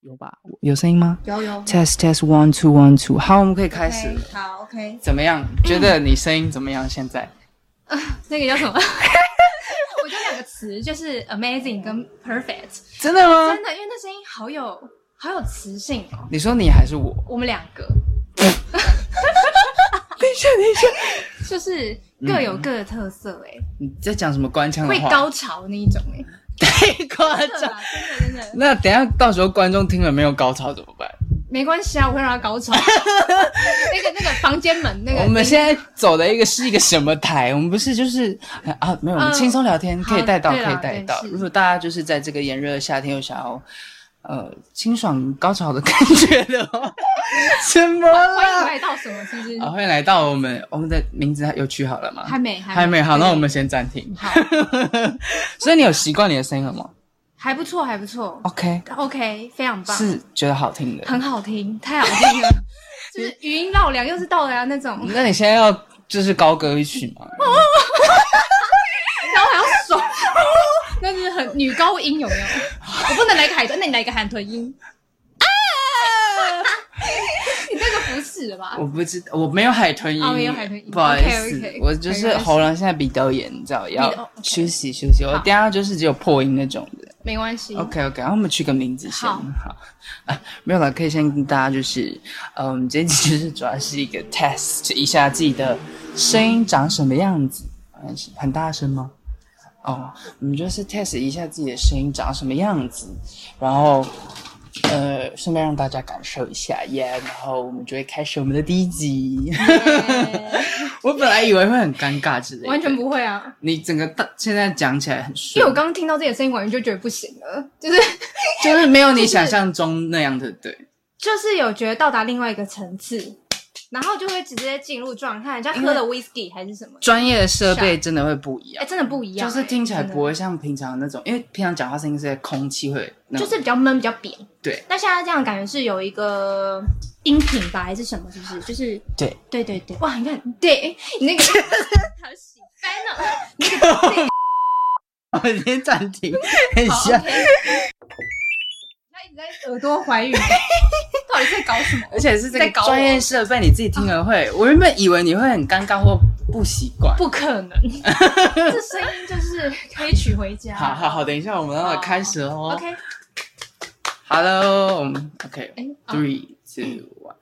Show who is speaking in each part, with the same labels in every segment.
Speaker 1: 有吧？有声音吗
Speaker 2: 有有
Speaker 1: ？Test test one two one two。好，我们可以开始了。
Speaker 2: OK，好，OK，
Speaker 1: 怎么样？觉得你声音怎么样？现在
Speaker 2: 那个叫 什么？我就两个词，就是 amazing 跟 perfect。
Speaker 1: 真的吗
Speaker 2: 真？的，因为那声音好有好有磁性哦。
Speaker 1: 你说你还是我？
Speaker 2: 我们两个
Speaker 1: 等一下，等一下，
Speaker 2: 就是各有各的特色哎、
Speaker 1: 你在讲什么官腔的
Speaker 2: 会
Speaker 1: 话？
Speaker 2: 高潮那一种 哎、
Speaker 1: 太夸
Speaker 2: 真的
Speaker 1: 张。
Speaker 2: 啦真的真的
Speaker 1: 那等一下到时候观众听了没有高潮怎么办？
Speaker 2: 没关系啊，我会让 他高潮。那个那个房间门那个，
Speaker 1: 我们现在走的一个是一个什么台？我们不是就是啊，没有，我们
Speaker 2: 嗯
Speaker 1: 轻松聊天，
Speaker 2: 好
Speaker 1: 可以带到，可
Speaker 2: 对啦
Speaker 1: 以带到。
Speaker 2: 对是
Speaker 1: 如果大家就是在这个炎热的夏天又想要呃清爽高潮的感觉的话， 什么
Speaker 2: 欢迎
Speaker 1: 啦？
Speaker 2: 来到什么？是不是？
Speaker 1: 啊，欢迎来到我们我们的名字有取好了吗？
Speaker 2: 还没
Speaker 1: 还没好，那我们先暂停。
Speaker 2: 好，
Speaker 1: 所以你有习惯你的声音了吗
Speaker 2: 还不错，还不错。
Speaker 1: ？OK，
Speaker 2: OK，非常棒，
Speaker 1: 是觉得好听的。
Speaker 2: 很好听，太好听了，就是语音绕梁又是到了啊呀那种，
Speaker 1: 那你现在要就是高歌一曲 吗？
Speaker 2: 哦然后还要爽， 那就是很女高音有没有？我不能来个海豚，那你来个海豚音啊！ 你这个不是了吧？
Speaker 1: 我不知，我没有海豚音，
Speaker 2: 哦没有海豚音
Speaker 1: 不好意思
Speaker 2: OK，OK，
Speaker 1: 我就是喉咙现在鼻窦炎，你知道，要
Speaker 2: 鼻窦
Speaker 1: 休息休息。我
Speaker 2: 哦好
Speaker 1: 等一下就是只有破音那种的。
Speaker 2: 没关系
Speaker 1: OK OK，然后我们取个名字先
Speaker 2: 好
Speaker 1: 好。啊，没有了，可以先跟大家就是，呃，我们这一集就是主要是一个 test 一下自己的声音长什么样子，很很大声吗？哦，我们就是 test 一下自己的声音长什么样子，然后呃，顺便让大家感受一下耶然后我们就会开始我们的第一集。 我本来以为会很尴尬之类的，
Speaker 2: 完全不会啊，
Speaker 1: 你整个大现在讲起来很
Speaker 2: 因为我
Speaker 1: 顺，
Speaker 2: 刚刚听到自己的声音，我完全就觉得不行了，就是
Speaker 1: 就是没有你想象中那样的对。
Speaker 2: 就是有觉得到达另外一个层次，然后就会直接进入状态，人家喝了 whisky 还是什么，
Speaker 1: 专业的设备真的会不一
Speaker 2: 哎、
Speaker 1: 样，
Speaker 2: 真的不一样、哎
Speaker 1: 就是听起来
Speaker 2: 真的
Speaker 1: 不会像平常那种，因为平常讲话声音是在空气会那
Speaker 2: 就
Speaker 1: 种，
Speaker 2: 是比较闷，比较扁。
Speaker 1: 对，
Speaker 2: 但现在这样感觉是有一个音频吧，还是什么？是不是？就是
Speaker 1: 对，
Speaker 2: 对对对，哇！你看，对你那个 好喜欢哦，
Speaker 1: 我先暂停一
Speaker 2: 好
Speaker 1: 下
Speaker 2: OK。。他一直在耳朵怀孕， 到底在搞什么？
Speaker 1: 而且是这
Speaker 2: 在
Speaker 1: 个
Speaker 2: 搞我
Speaker 1: 专业设备，你自己听了会。我原本以为你会很尴尬或不习惯。
Speaker 2: 不 可能，这声音就是可以娶回家。
Speaker 1: 好好好，等一下我们要开始喽。
Speaker 2: 哦，OK，
Speaker 1: Hello，我们 OK
Speaker 2: 哎、啊
Speaker 1: three two one，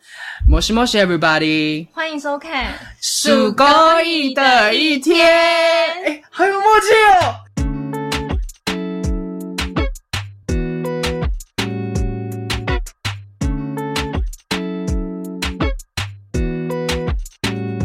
Speaker 1: 摩西摩西 everybody，
Speaker 2: 欢迎收看。
Speaker 1: 数高一的一天，哎，好有默契哦。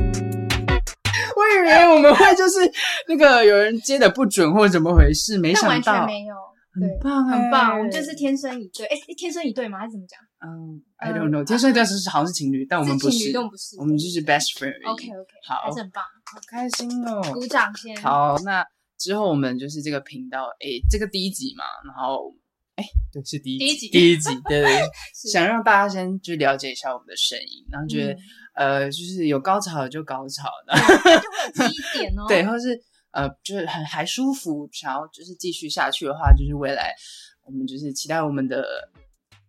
Speaker 1: 我以为我们会就是那个有人接的不准或者怎么回事，没
Speaker 2: 但
Speaker 1: 想
Speaker 2: 完
Speaker 1: 到
Speaker 2: 全没有，
Speaker 1: 很
Speaker 2: 对，
Speaker 1: 棒哎，
Speaker 2: 很棒，我们就是天生一对。哎、天生一对吗？还是怎么讲？
Speaker 1: 嗯，I don't know，天生一对是好像是情侣，但我们不
Speaker 2: 情
Speaker 1: 是
Speaker 2: 侣，都不呃是
Speaker 1: 我。们就是 best friend 而已。
Speaker 2: OK OK，
Speaker 1: 好
Speaker 2: 还是很棒，
Speaker 1: 好开心哦！
Speaker 2: 鼓掌先。
Speaker 1: 好，那之后我们就是这个频道，诶，这个第一集嘛，然后，哎，对，是第一
Speaker 2: 第一集
Speaker 1: 第一集，对对对，
Speaker 2: 是
Speaker 1: 想让大家先去了解一下我们的声音，然后觉得、
Speaker 2: 嗯
Speaker 1: 呃，就是有高潮就高潮，然后
Speaker 2: 就会有记忆点
Speaker 1: 。
Speaker 2: 哦
Speaker 1: 对，或是呃，就是很还舒服，想要就是继续下去的话，就是未来我们就是期待我们的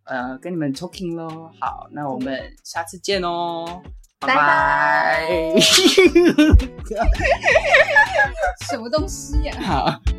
Speaker 1: 呃跟你们 talking 咯。好，那我们下次见哦，
Speaker 2: 拜拜
Speaker 1: 拜拜
Speaker 2: 什么东西呀、
Speaker 1: 好。